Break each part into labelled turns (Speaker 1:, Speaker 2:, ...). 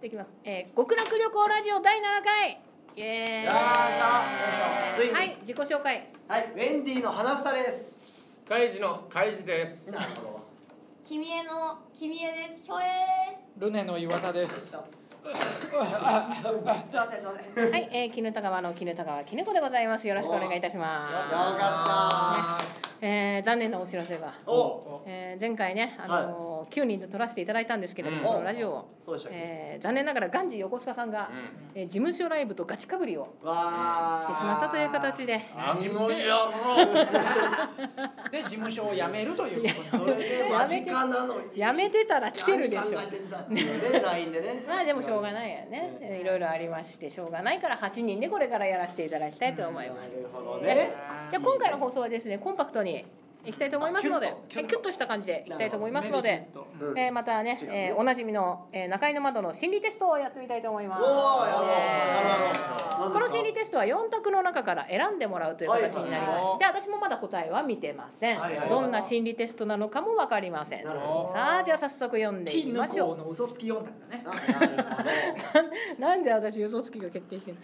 Speaker 1: できます。えー、極楽旅行ラジオ第7回。イエーイ。
Speaker 2: よいしょよいしょついに
Speaker 1: はい、自己紹介。
Speaker 2: はい、ウェンディの花房です。
Speaker 3: カイジのカイジです。
Speaker 2: なるほど。
Speaker 4: 君への君へです。ひょえ
Speaker 5: ルネの岩田です。
Speaker 4: ー。すいませんすいません。
Speaker 1: はい、えー、絹田川の絹田川絹子でございます。よろしくお願いいたし
Speaker 2: よ
Speaker 1: ま
Speaker 2: かっ
Speaker 1: す。えー、残念なお知らせが。
Speaker 2: た。お、
Speaker 1: えー、前回ね、あのー9人で撮らせていただいたんですけれども、こ
Speaker 2: うん
Speaker 1: のラジオを、
Speaker 2: そうでしたっけ。
Speaker 1: えー、残念ながらガンジ横須賀さんが、
Speaker 3: うん。
Speaker 1: えー事務所ライブとガチかぶりをし
Speaker 2: わあ。
Speaker 1: てしまったという形で、
Speaker 3: あの野郎。
Speaker 5: で、事務所を辞めるというこ
Speaker 2: そ
Speaker 5: と
Speaker 2: れで間近なのに。
Speaker 1: やめてたら来てるでしょ
Speaker 2: 何考。えてんだっていうね、ラインで ね。
Speaker 1: まあでもしょうがないよね、
Speaker 2: ね
Speaker 1: いろいろありましてしょうがないから8人でこれからやらせていただきたいと思います、
Speaker 2: なるほど
Speaker 1: ね
Speaker 2: ね。
Speaker 1: じゃあ今回の放送はですねコンパクトにいきたいと思いますので
Speaker 2: あキ
Speaker 1: キュ
Speaker 2: ュッとキュッと
Speaker 1: ッとした感じでいきたいと思いますので、
Speaker 2: うん
Speaker 1: えーまたね
Speaker 2: 違う、ね
Speaker 1: えーおなじみの、えー中井の窓の心理テストをやってみたいと思いま
Speaker 2: お
Speaker 1: す
Speaker 2: お、やろう。
Speaker 1: え
Speaker 2: なる
Speaker 1: ー
Speaker 2: ほど。
Speaker 1: この心理テストは4択の中から選んでもらうという形になります、
Speaker 5: はいはい
Speaker 1: で私もまだ答えは見てません、
Speaker 2: はいはい
Speaker 1: どんな心理テストなのかも分かりません
Speaker 2: なる
Speaker 1: さ
Speaker 2: ほ
Speaker 1: あじゃあ早速読んでいき
Speaker 5: 金の
Speaker 1: ましょう
Speaker 5: 子の嘘つき四択だね
Speaker 2: ど。。なるほど。
Speaker 1: なんで私嘘つきが決定してんの、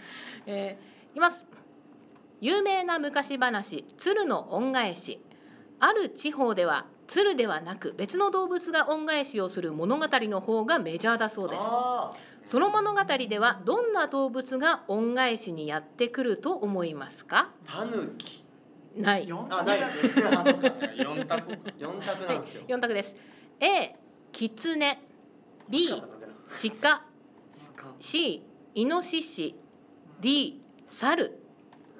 Speaker 1: えーいきます有名な昔話鶴の恩返しある地方では鶴ではなく別の動物が恩返しをする物語の方がメジャーだそうです
Speaker 2: あ
Speaker 1: その物語ではどんな動物が恩返しにやってくると思いますか
Speaker 2: ータヌキ。
Speaker 1: ない
Speaker 5: 四
Speaker 2: あ、
Speaker 5: 択。
Speaker 2: ないですね。あそっか
Speaker 3: 四択。
Speaker 2: 四択なんですよ。
Speaker 1: 4択です A キツネ B 鹿 C イノシシ D 猿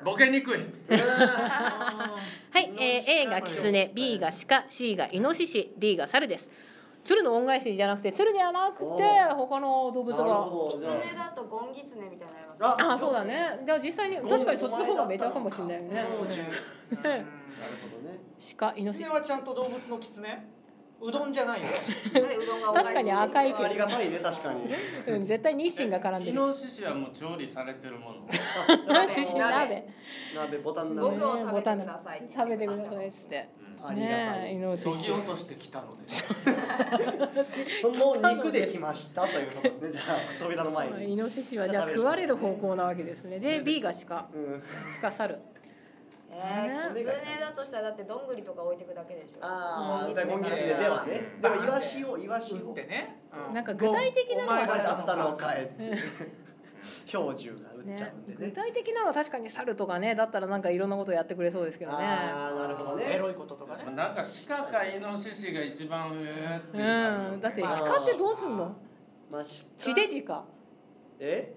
Speaker 3: ボケにくい。
Speaker 2: うんあ
Speaker 1: はい、えー A がキツネ、B がシカ、C がイノシシ、D がサルです。鶴の恩返しじゃなくて鶴じゃなくて
Speaker 2: おー
Speaker 1: 他の動
Speaker 2: ー
Speaker 1: 物
Speaker 2: なる
Speaker 1: が。
Speaker 2: ほ
Speaker 4: キ
Speaker 2: ど。じ
Speaker 4: ツ
Speaker 2: ゃ
Speaker 4: ネだとゴンギツネみたいになります。
Speaker 2: あ
Speaker 1: ああそうだね。じゃあ実際に確かにそっちの方がメジャーかもしれないよね。
Speaker 5: う
Speaker 2: あ
Speaker 5: ん
Speaker 2: なるほどね。
Speaker 1: 鹿、イノシ
Speaker 5: 狐
Speaker 1: シ。
Speaker 5: はちゃんと動物の狐。うどんじゃないよ。
Speaker 4: なんでうどんがお
Speaker 1: 確かに赤いけど
Speaker 2: ありがたいね、確かに。
Speaker 1: うん、絶対に日清が絡んで
Speaker 3: イ
Speaker 1: る。
Speaker 3: ノシシはもう調理されてるもの。
Speaker 1: イノシシ 鍋
Speaker 4: 鍋
Speaker 2: 鍋ボタン鍋
Speaker 4: 僕。を食べてくださいって言
Speaker 1: 食
Speaker 4: っ
Speaker 1: べて
Speaker 4: き
Speaker 1: くだ
Speaker 4: ました
Speaker 1: さいっつって。
Speaker 2: ありがた
Speaker 1: ねえ、イ
Speaker 2: い。
Speaker 1: ノシ
Speaker 3: そ
Speaker 1: シ
Speaker 3: ぎ。落としてきたのです。
Speaker 2: その肉で来ましたということですね。じゃあ扉の前
Speaker 1: イ
Speaker 2: に。
Speaker 1: ノシシはじゃあ食われる方向なわけですね。で、B が鹿、
Speaker 2: うん。
Speaker 1: 鹿猿。
Speaker 4: えー、キツネだとしたらだってどんぐりとか置いてくだけでしょ。
Speaker 2: ああ、
Speaker 4: ゴ
Speaker 2: だ
Speaker 4: ン
Speaker 2: ゴン
Speaker 4: ギ
Speaker 2: ギ
Speaker 4: ツ
Speaker 2: ツ
Speaker 4: ネ
Speaker 2: ネ
Speaker 4: で
Speaker 2: で
Speaker 4: は
Speaker 2: は
Speaker 4: ね。
Speaker 2: ね。でもイワシをイワシ
Speaker 5: 打っ
Speaker 2: を。
Speaker 5: てね。う
Speaker 1: なんか具体的なのは
Speaker 5: お前
Speaker 2: ま
Speaker 5: が
Speaker 2: だあったの
Speaker 5: か。
Speaker 2: かえ って。標準が打っちゃうんで
Speaker 1: 具
Speaker 2: ね。
Speaker 1: 体的なのは確かに猿とかねだったらなんかいろんなことやってくれそうですけどね
Speaker 2: ああ、なるほど
Speaker 5: エ
Speaker 2: ね。
Speaker 5: ロいこととかね。
Speaker 3: なんか鹿かイノシシが一番上っていう感じ。
Speaker 1: うんだって
Speaker 2: まあ
Speaker 1: 鹿ってどうすんの
Speaker 2: まあし
Speaker 1: 地デジか
Speaker 2: え？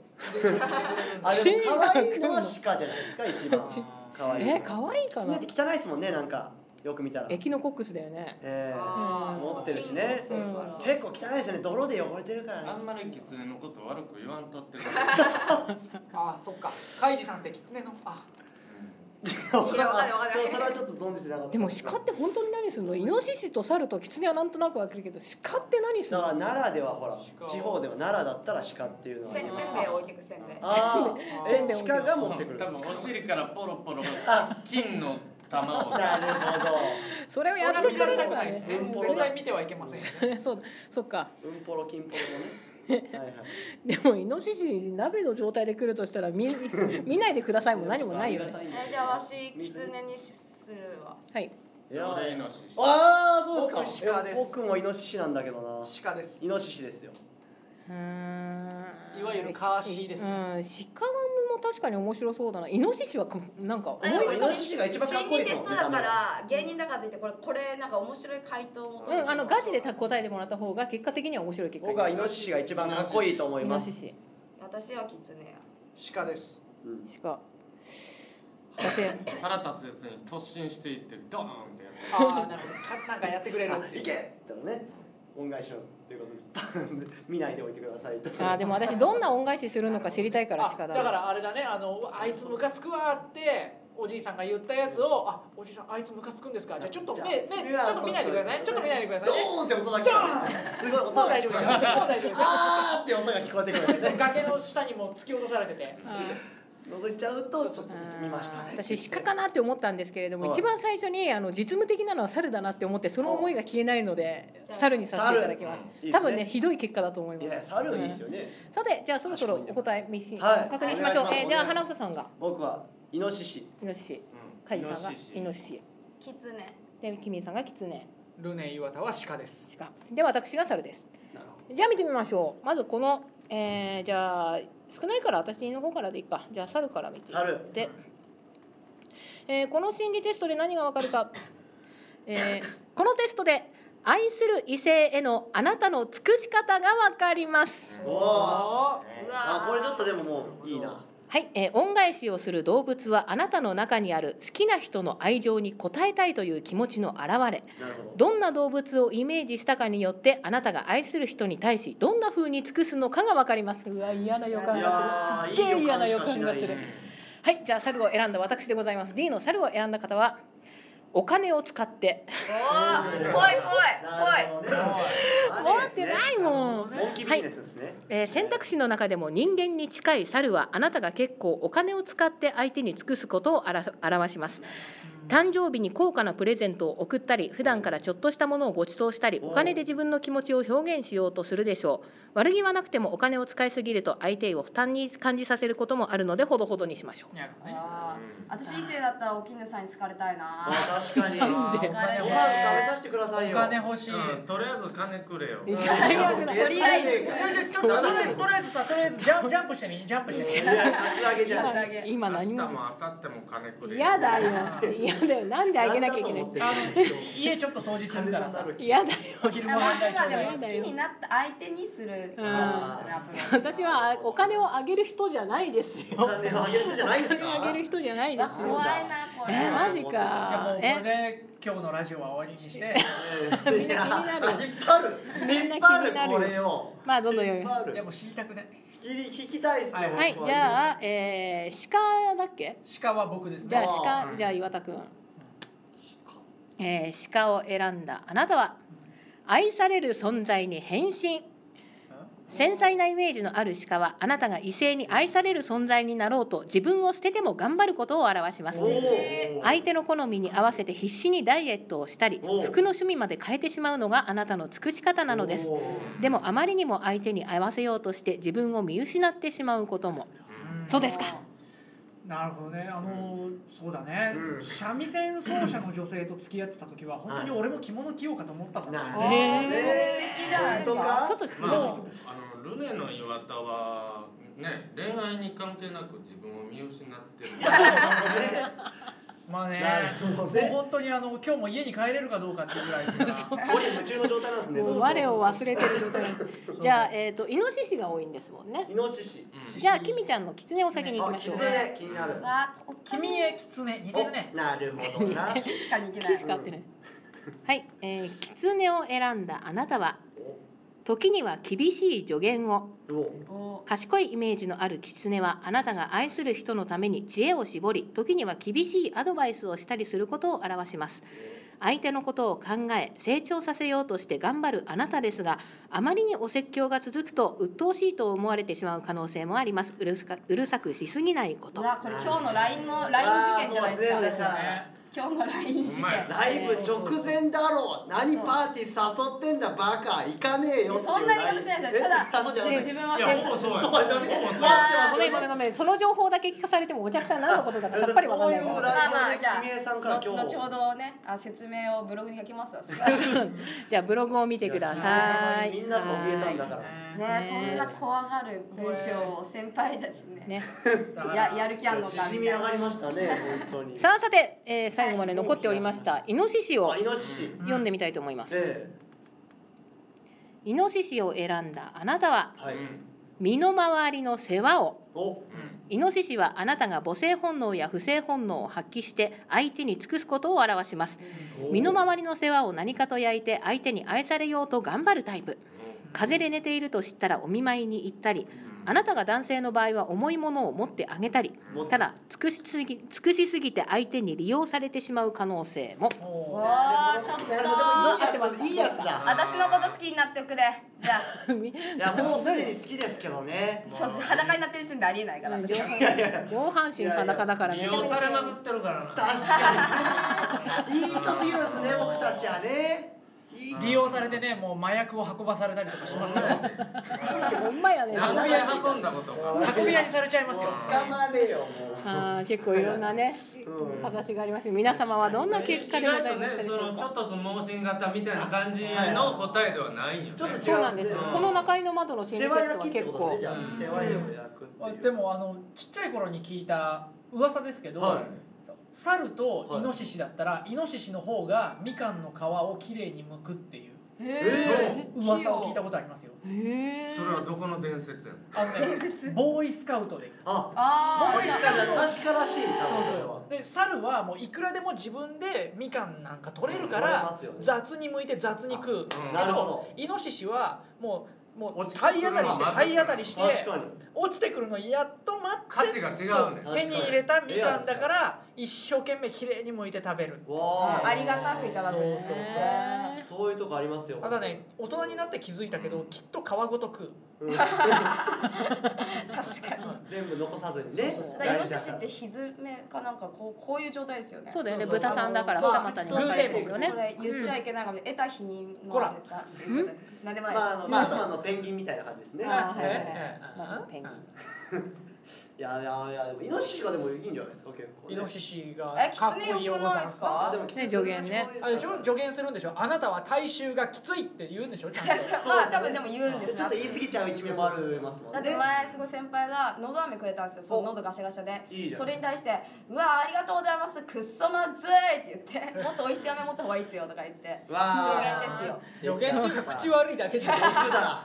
Speaker 2: あでも可愛いのは鹿じゃないですか一番。可愛い。
Speaker 1: え可愛い
Speaker 2: キ
Speaker 1: か
Speaker 2: ツネっ
Speaker 1: な
Speaker 2: て汚いですもんねなんかよく見たら。
Speaker 1: エ
Speaker 2: え
Speaker 1: キノコックスだよね
Speaker 2: え。
Speaker 4: あー
Speaker 1: うん
Speaker 2: 持ってるしね
Speaker 4: そうそうそう
Speaker 2: 結構汚いですよね泥で汚れてるから
Speaker 3: あ
Speaker 2: ね
Speaker 3: ん。まりキツネのこと悪く言わんとってる。
Speaker 5: あ、そっか。カイジさんって狐の。あ、
Speaker 4: いやわかんないわかんない
Speaker 2: そうそれはちょっと存じてなかった。
Speaker 1: でも鹿って本当に何すんのイノシシと猿とキツネはなんとなくわかるけど鹿って何すん
Speaker 2: だから
Speaker 1: の
Speaker 2: 奈良ではほら
Speaker 5: 鹿
Speaker 2: 地方では奈良だったら鹿っていうのは
Speaker 4: せせんべい置いてくせんべい。
Speaker 2: ああ
Speaker 1: せんべい
Speaker 2: え鹿が持ってくるん
Speaker 3: 多
Speaker 2: で
Speaker 3: 分
Speaker 2: す
Speaker 3: お尻からポロポロ
Speaker 2: あ
Speaker 3: 金の玉を。
Speaker 2: なるほど
Speaker 1: それを
Speaker 5: それ
Speaker 1: や
Speaker 5: は
Speaker 1: って
Speaker 5: 見
Speaker 1: く
Speaker 5: ら
Speaker 1: れ
Speaker 5: れ
Speaker 1: れ
Speaker 5: たく
Speaker 1: ば
Speaker 5: ない
Speaker 1: ね
Speaker 5: です
Speaker 2: う
Speaker 5: ね
Speaker 2: ん。
Speaker 5: 絶対見てはいけませんよ ね。
Speaker 1: そうそっか
Speaker 2: うんぽろ金ぽろもねはいはい
Speaker 1: でもイノシシ鍋の状態で来るとしたら見 見ないでくださいも何もないよ
Speaker 2: ありが
Speaker 1: ね
Speaker 2: たんだ
Speaker 4: えー、じゃあわしキツネにするわ。
Speaker 1: はい
Speaker 2: いや
Speaker 3: 俺イノシシ。
Speaker 2: ああそうです
Speaker 5: 僕
Speaker 2: か
Speaker 5: 鹿
Speaker 2: え
Speaker 5: です
Speaker 2: 僕もイノシシなんだけどな
Speaker 5: 鹿です。
Speaker 2: イノシシですよ
Speaker 1: うーん
Speaker 5: いわゆるカーシーですね
Speaker 1: うん、鹿はも確かに面白そうだな。イノシシはかなんか
Speaker 2: で
Speaker 1: 重
Speaker 2: も
Speaker 1: い
Speaker 2: イノシシが一番かっこいいですもんね
Speaker 4: 心理テストだから芸人だからといってこれこれなんか面白い回答を求めて
Speaker 1: うん、あのガチで答えてもらった方が結果的には面白い結果に
Speaker 2: 僕
Speaker 1: な
Speaker 2: は
Speaker 1: る
Speaker 2: イノシシが一番かっこいいと思い
Speaker 1: イ
Speaker 2: ま
Speaker 1: ノ
Speaker 2: す
Speaker 1: シシ
Speaker 4: 私はキツネや。
Speaker 5: 鹿です。
Speaker 2: うん
Speaker 1: しか私
Speaker 3: 腹立つやつに突進していってドーンってやって。
Speaker 5: ああ、なるほど。かなんかやってくれる
Speaker 2: あ
Speaker 5: ってい。
Speaker 2: いうけってのね恩返しをということでパンで見ないでおいてくださいと
Speaker 1: あーでも私どんな恩返しするのか知りたいからしか
Speaker 5: あ
Speaker 1: だ
Speaker 5: だからあれだねあのあいつムカつくわっておじいさんが言ったやつをあおじいさんあいつムカつくんですかじゃあちょっと
Speaker 2: じゃあ
Speaker 5: 目目ちょっと見ないでくださいちょっと見ないでくださいね
Speaker 2: ドーンって音だけすごい音
Speaker 5: もう
Speaker 2: が
Speaker 5: 大丈夫ですよもう大丈夫ですよ
Speaker 2: あーって音が聞こえてくるんですね
Speaker 5: 崖の下にも突き落とされてて
Speaker 1: あー
Speaker 2: 覗いちゃうとちょっと
Speaker 1: あー
Speaker 2: 見ましたね
Speaker 1: 私鹿かなって思ったんですけれども、
Speaker 2: はい
Speaker 1: 一番最初にあの実務的なのは猿だなって思ってその思いが消えないので
Speaker 4: じゃあ
Speaker 1: 猿にさせていただきます
Speaker 2: 猿うんいいですね
Speaker 1: 多分ねひどい結果だと思い
Speaker 2: い
Speaker 1: ま
Speaker 2: や
Speaker 1: す
Speaker 2: 猿いいですよね、
Speaker 1: さてじゃあそろそろお答え見し、
Speaker 2: はい
Speaker 1: 確認しましょう
Speaker 2: お願い
Speaker 1: え
Speaker 2: します
Speaker 1: ーじゃあ花房さんが
Speaker 2: 僕はイノシシ
Speaker 1: イノシシ
Speaker 3: うん
Speaker 1: カイジさんが
Speaker 3: イノシシ
Speaker 1: イノシシ
Speaker 4: キツネ
Speaker 1: でキミンさんがキツネ
Speaker 5: ルネ岩田は鹿です。
Speaker 1: 鹿で私が猿です
Speaker 2: なるほ
Speaker 1: じゃあ見てみましょうまずこの、えーじゃあ少ないから私の方からでいいかじゃあ猿から見て
Speaker 2: ど猿
Speaker 1: で、えーこの心理テストで何がわかるか、えーこのテストで愛する異性へのあなたの尽くし方がわかります
Speaker 2: お
Speaker 5: お
Speaker 2: お
Speaker 4: うわ
Speaker 2: あこれちょっとでももういいな
Speaker 1: はい、えー恩返しをする動物はあなたの中にある好きな人の愛情に応えたいという気持ちの表れ
Speaker 2: なるほど
Speaker 1: どんな動物をイメージしたかによってあなたが愛する人に対しどんな風に尽くすのかがわかりますうわ嫌な予感
Speaker 2: い
Speaker 1: が
Speaker 2: や
Speaker 1: す
Speaker 2: ー
Speaker 1: る
Speaker 2: い
Speaker 1: すっげえ
Speaker 2: い
Speaker 1: 嫌
Speaker 2: 予
Speaker 1: な
Speaker 2: 感し
Speaker 1: 予
Speaker 2: かし
Speaker 1: 感が
Speaker 2: な
Speaker 1: す
Speaker 2: い
Speaker 1: るはい、じゃあ猿を選んだ私でございます。D の猿を選んだ方はお金を使って。
Speaker 4: おーぽいぽいぽい
Speaker 2: なるほどねあ
Speaker 1: 持
Speaker 2: れ
Speaker 1: っ
Speaker 2: です
Speaker 1: て
Speaker 2: ね
Speaker 1: ないもん。
Speaker 2: モンキービジネスですね
Speaker 1: えー選択肢の中でも人間に近い猿はあなたが結構お金を使って相手に尽くすことをあら表します。誕生日に高価なプレゼントを送ったり普段からちょっとしたものをご馳走したり
Speaker 2: お
Speaker 1: お金で自分の気持ちを表現しようとするでしょう悪気はなくてもお金を使いすぎると相手を負担に感じさせることもあるのでほどほどにしましょう
Speaker 5: なるほどね
Speaker 4: あー私異性だったらお絹さんに好かれたいな
Speaker 2: あ確かに
Speaker 1: なんで
Speaker 2: ご飯食べ
Speaker 4: 疲れて
Speaker 2: させてください
Speaker 5: お
Speaker 2: よ
Speaker 5: 金欲しい。
Speaker 3: うんとりあえず金くれよ。
Speaker 1: いや
Speaker 2: いやもう
Speaker 4: とりあえず
Speaker 2: ゲ
Speaker 5: ちょいちょい
Speaker 2: ス
Speaker 5: ちょ
Speaker 2: ト
Speaker 5: っと
Speaker 2: でな
Speaker 5: とりあ
Speaker 2: ん
Speaker 5: えずとりあえずさとりあえずジャンジャンプしてみジャンプして
Speaker 2: い
Speaker 5: み。
Speaker 2: や厚揚げじゃん
Speaker 4: 厚揚げ
Speaker 1: 今
Speaker 3: 明日
Speaker 1: 何
Speaker 3: も
Speaker 1: も
Speaker 3: 明後日も金くれよ。
Speaker 1: 嫌だよ嫌だよなんであげなきゃいけない
Speaker 5: あの家ちょっと掃除するからさ。
Speaker 1: 嫌だよ
Speaker 5: お昼ご
Speaker 4: あ
Speaker 5: 飯
Speaker 4: なたがで
Speaker 5: 代ちょ
Speaker 4: も
Speaker 5: うだい
Speaker 4: 好きになった相手にする
Speaker 1: うん私
Speaker 4: 私
Speaker 1: はお金をあげる人じゃないです
Speaker 2: お
Speaker 1: よ。
Speaker 2: 金をあげる人じゃないですか
Speaker 1: あげる人じゃないです
Speaker 2: わ
Speaker 1: よ
Speaker 4: 怖。いなこれ
Speaker 1: えマジ
Speaker 5: じゃあも
Speaker 1: か
Speaker 5: うこ。れ
Speaker 1: え
Speaker 5: で今日のラジオは終わりに して。
Speaker 2: みんな気になる引っ張る引っ張るこれを
Speaker 1: まあどんどん読み
Speaker 2: 引っ
Speaker 1: ます。
Speaker 2: 張る
Speaker 5: でも知りたくない。
Speaker 2: 引き引きたいっすよ
Speaker 5: はい
Speaker 1: はいじゃあ、えー、鹿だっけ？
Speaker 5: 鹿は僕ですね。
Speaker 1: じゃ
Speaker 2: あ
Speaker 1: あ
Speaker 3: ー
Speaker 1: 鹿じゃあ岩田くん。えー、鹿を選んだあなたは愛される存在に変身。繊細なイメージのある鹿はあなたが異性に愛される存在になろうと自分を捨てても頑張ることを表します
Speaker 2: お。ー
Speaker 1: 相手の好みに合わせて必死にダイエットをしたり
Speaker 2: おう
Speaker 1: 服の趣味まで変えてしまうのがあなたの尽くし方なのです
Speaker 2: おー
Speaker 1: でもあまりにも相手に合わせようとして自分を見失ってしまうことも
Speaker 5: ん
Speaker 1: そうですか。
Speaker 5: なるほどね、あのーそうだね、
Speaker 2: うん
Speaker 5: 三味線奏者の女性と付き合ってた時は、本当に俺も着物着ようかと思ったもんね。
Speaker 2: なる
Speaker 4: あー
Speaker 2: ほど
Speaker 1: へ
Speaker 4: 素敵じゃないです
Speaker 2: 本当
Speaker 4: か
Speaker 1: ちょっとす
Speaker 3: ま
Speaker 1: ごい
Speaker 3: あ、あのルネの岩田はね恋愛に関係なく自分を見失ってる。
Speaker 5: まあね、
Speaker 2: なるほどね
Speaker 5: もう本当にあの今日も家に帰れるかどうかっていうぐらい ですから。
Speaker 2: これ夢中の状態なんですね
Speaker 1: もう我を忘れてる状態じゃあ、えー、とイノシシが多いんですもんね
Speaker 2: イノシシ
Speaker 3: うん
Speaker 1: じゃあキミちゃんのキツネを先に行き
Speaker 2: あ
Speaker 1: まし
Speaker 2: キ
Speaker 1: ょう
Speaker 2: ツネ気になる
Speaker 4: わーお
Speaker 5: 君へ狐似てるね
Speaker 2: お。なるほどな
Speaker 4: 木しか似てない
Speaker 1: キしか合ってないはい、えー、キツネを選んだあなたは時には厳しい助言を
Speaker 2: おお
Speaker 4: お
Speaker 1: 賢いイメージのあるキツネはあなたが愛する人のために知恵を絞り時には厳しいアドバイスをしたりすることを表します相手のことを考え成長させようとして頑張るあなたですがあまりにお説教が続くと鬱陶しいと思われてしまう可能性もありますうるさかうるさくしすぎないこと
Speaker 4: うわこれ今日の LINE の LINE 事件じゃないです
Speaker 2: あーそう
Speaker 4: か
Speaker 2: ですねだから
Speaker 4: 今日の LINE
Speaker 3: う
Speaker 4: 事
Speaker 3: ま
Speaker 4: 件
Speaker 3: い
Speaker 2: ライブ直前だろう何パーティー誘ってんだバカ行かねえよっていう
Speaker 4: そんな言い方してないですよただ
Speaker 2: えあそうじゃない
Speaker 4: 自分はい
Speaker 3: やほぼそうや。
Speaker 2: そうですよね
Speaker 3: ほぼそ
Speaker 2: い
Speaker 3: う
Speaker 2: や
Speaker 1: ごめんごめんごめんその情報だけ聞かされてもお客さん何のことだかさっぱりわかんないから
Speaker 4: まあまあじゃ
Speaker 2: 君江さんから
Speaker 4: あ
Speaker 2: 今
Speaker 4: の
Speaker 2: 日
Speaker 4: 後ほどねあ説明をブログに書きますわね
Speaker 1: じゃあブログを見てください
Speaker 2: みんなが怯えたんだから
Speaker 5: ね
Speaker 4: そんな怖がる文章を先輩たちにね
Speaker 1: ね
Speaker 5: だから
Speaker 4: ややる気あんのか
Speaker 2: 自信
Speaker 4: み
Speaker 2: 上
Speaker 4: たい
Speaker 2: が
Speaker 4: な
Speaker 2: りましたね本当に
Speaker 1: さあさて、えー最後まで残っておりましたイノシシを
Speaker 2: あイノシシ
Speaker 1: 読んでみたいと思います、
Speaker 2: え
Speaker 1: イノシシを選んだあなたは
Speaker 2: えはい
Speaker 1: 身の回りの世話を
Speaker 2: お
Speaker 1: イノシシはあなたが母性本能や不正本能を発揮して相手に尽くすことを表します身の
Speaker 2: ま
Speaker 1: 回りの世話を何かと焼いて相手に愛されようと頑張るタイプ風邪で寝ていると知ったらお見舞いに行ったりあなたが男性の場合は重いものを持ってあげたり
Speaker 2: 持って
Speaker 1: ただ尽くしすぎ尽くしすぎて相手に利用されてしまう可能性も
Speaker 4: わあちょっと
Speaker 2: なるほどいいやつだ
Speaker 4: 私のこと好きになっておくれじゃあ
Speaker 2: いやもうすでに好きですけどね
Speaker 4: ちょっと裸になってる時点でありえないから私
Speaker 1: 上半身裸だから
Speaker 3: 利
Speaker 1: ね
Speaker 3: 用されまくってるからな
Speaker 2: 確かにいい人すぎるんですね僕たちはねいい人
Speaker 5: 利用されてねもう麻薬を運ばされたりとかしますよ
Speaker 1: ほんまやね
Speaker 3: 運び屋運んだことが
Speaker 5: 運び屋にされちゃいますよ
Speaker 2: もう捕まれよもう
Speaker 1: あー結構いろんなね
Speaker 2: うん
Speaker 1: 形があります皆様はどんな結果でございましたでしょ
Speaker 3: 意外と
Speaker 1: う
Speaker 3: ねそのちょ
Speaker 1: か
Speaker 3: っとずつ盲信型みたいな感じの答えではないんよね
Speaker 2: ちょっと違
Speaker 1: そうなんですよ
Speaker 3: うん
Speaker 1: この中井の窓の心理
Speaker 2: 世
Speaker 1: テ
Speaker 2: 話
Speaker 1: スト
Speaker 2: 焼
Speaker 1: は
Speaker 2: きって
Speaker 1: 結
Speaker 2: ことで
Speaker 1: 構
Speaker 2: すねじゃあ
Speaker 3: うん
Speaker 2: 世話焼きを焼くっていう
Speaker 5: でもあのちっちゃい頃に聞いた噂ですけど、
Speaker 2: はい
Speaker 5: 猿とイノシシだったら、イノシシの方がみかんの皮をきれいに剥くっていう
Speaker 2: え
Speaker 5: 噂を聞いたことありますよ
Speaker 1: へ
Speaker 3: それはどこの伝説やの
Speaker 5: あのね
Speaker 4: 伝説
Speaker 5: ボーイスカウトで
Speaker 2: あ
Speaker 4: あ
Speaker 2: も
Speaker 4: あ
Speaker 2: しかしたら確からしい多分それは
Speaker 5: で猿はもういくらでも自分でみかんなんか取れるか
Speaker 2: うん取れ
Speaker 5: ら
Speaker 2: ますよね
Speaker 5: 雑に剥いて雑に食う
Speaker 3: うん
Speaker 2: なるほど
Speaker 5: イノシシはもうもう
Speaker 3: 落ちてく
Speaker 5: 体
Speaker 3: る
Speaker 5: 当たりして
Speaker 3: のは
Speaker 5: 体当たりして
Speaker 2: 確かに
Speaker 5: 落ちてくるのやっと待
Speaker 3: 価
Speaker 5: っ
Speaker 3: 値
Speaker 5: て
Speaker 3: が違うね
Speaker 5: そう手に入れたみかんだ
Speaker 2: 確か
Speaker 5: か
Speaker 2: に
Speaker 5: ら一生懸命きれいに剥いて食べる
Speaker 2: わ
Speaker 4: ありがたくいただくんです
Speaker 5: そうそうそう
Speaker 2: あそういうとこありますよ
Speaker 5: ただね大人になって気づいたけどきっと皮ごと食う
Speaker 2: うん
Speaker 4: 確かに
Speaker 2: 全部残さずにね
Speaker 4: だからイノシシってひずめかなんかこうこういう状態ですよね
Speaker 1: そうだよね
Speaker 5: そうそう
Speaker 1: 豚さんだから
Speaker 5: そう
Speaker 1: 二股に分かれてるよね
Speaker 4: これ言っちゃいけないかも、得た日にも
Speaker 5: ほら
Speaker 4: 出たすいませんなんでもない
Speaker 2: ま
Speaker 4: です、
Speaker 2: ああのバットマンのペンギンみたいな感じですね
Speaker 1: あーはいはいはい
Speaker 5: ええ
Speaker 1: まあペンギン
Speaker 2: いやいやいやでもイノシシがでもいいんじゃないですか結構ね
Speaker 5: イノシシが
Speaker 4: え、
Speaker 5: かっ
Speaker 4: 狐
Speaker 5: こいい
Speaker 4: 良くないですか
Speaker 2: でも
Speaker 1: ね助言ね
Speaker 5: あれでしょ助言するんでしょあなたは体臭がきついって言うんでし ょちゃんと
Speaker 4: まあ多分でも言うんです
Speaker 2: ちょっと言い過
Speaker 4: 私
Speaker 2: ぎちゃう一面もありますもんね
Speaker 4: だって前すごい先輩がのど飴くれたんですよその
Speaker 2: お
Speaker 4: 喉ガシャガシャで
Speaker 2: いいじゃん
Speaker 4: それに対して「うわありがとうございますくっそまずい!」って言 って「もっと美味しい飴持った方がいいですよ」とか言って
Speaker 2: わ
Speaker 4: 助
Speaker 2: あ
Speaker 4: 言ですよ
Speaker 5: 助言っていうか口悪いだけじゃない
Speaker 2: 僕だ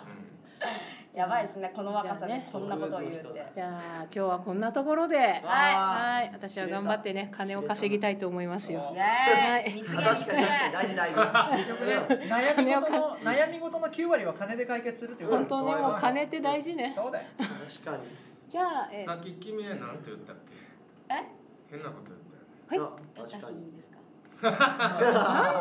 Speaker 4: やばいですねこの若さ
Speaker 1: じゃあ
Speaker 4: で
Speaker 1: ね
Speaker 4: こんなことを言うって、
Speaker 1: じゃあ今日はこんなところで
Speaker 2: は
Speaker 1: はい私は頑張ってね金を稼ぎたいと思いますよ
Speaker 4: イエー
Speaker 1: は
Speaker 4: イ見つ
Speaker 2: 確
Speaker 4: け見
Speaker 2: かに確
Speaker 4: つけ
Speaker 2: かに大事大 事
Speaker 5: 悩み事の悩み事の9割は金で解決するっていう
Speaker 2: は
Speaker 5: か
Speaker 2: い
Speaker 1: 本当ねもう金って大事ね
Speaker 5: そうだよ
Speaker 2: 確かに
Speaker 1: じゃあえ
Speaker 3: さっき君はなんて言ったっけ
Speaker 4: え
Speaker 3: 変なこと言ったよね
Speaker 1: はい
Speaker 2: あ確かに
Speaker 1: な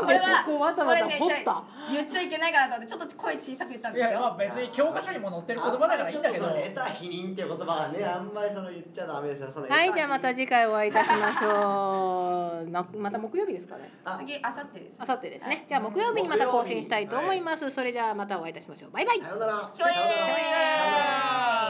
Speaker 1: んでそこわざわざ掘った
Speaker 4: 言っちゃいけないかなと思ってちょっと声小さく言ったん
Speaker 5: い
Speaker 4: です
Speaker 5: や
Speaker 4: よ
Speaker 5: まあ別に教科書にも載ってる言葉だからいいんだけ
Speaker 2: あ
Speaker 5: ど
Speaker 2: んまりちょっとその得た否認っていう言葉がねあんまりその言っちゃダメですよその得た
Speaker 1: は
Speaker 2: 否認
Speaker 1: いじゃあまた次回お会いいたしましょうなまた木曜日ですかね
Speaker 2: あ
Speaker 4: 次あさってです
Speaker 1: あさってですねじゃあ木曜日にまた更新したいと思いますそれじゃあまたお会いいたしましょうバイバイ
Speaker 2: さようなら
Speaker 4: ひょえ
Speaker 2: さようなら
Speaker 4: ー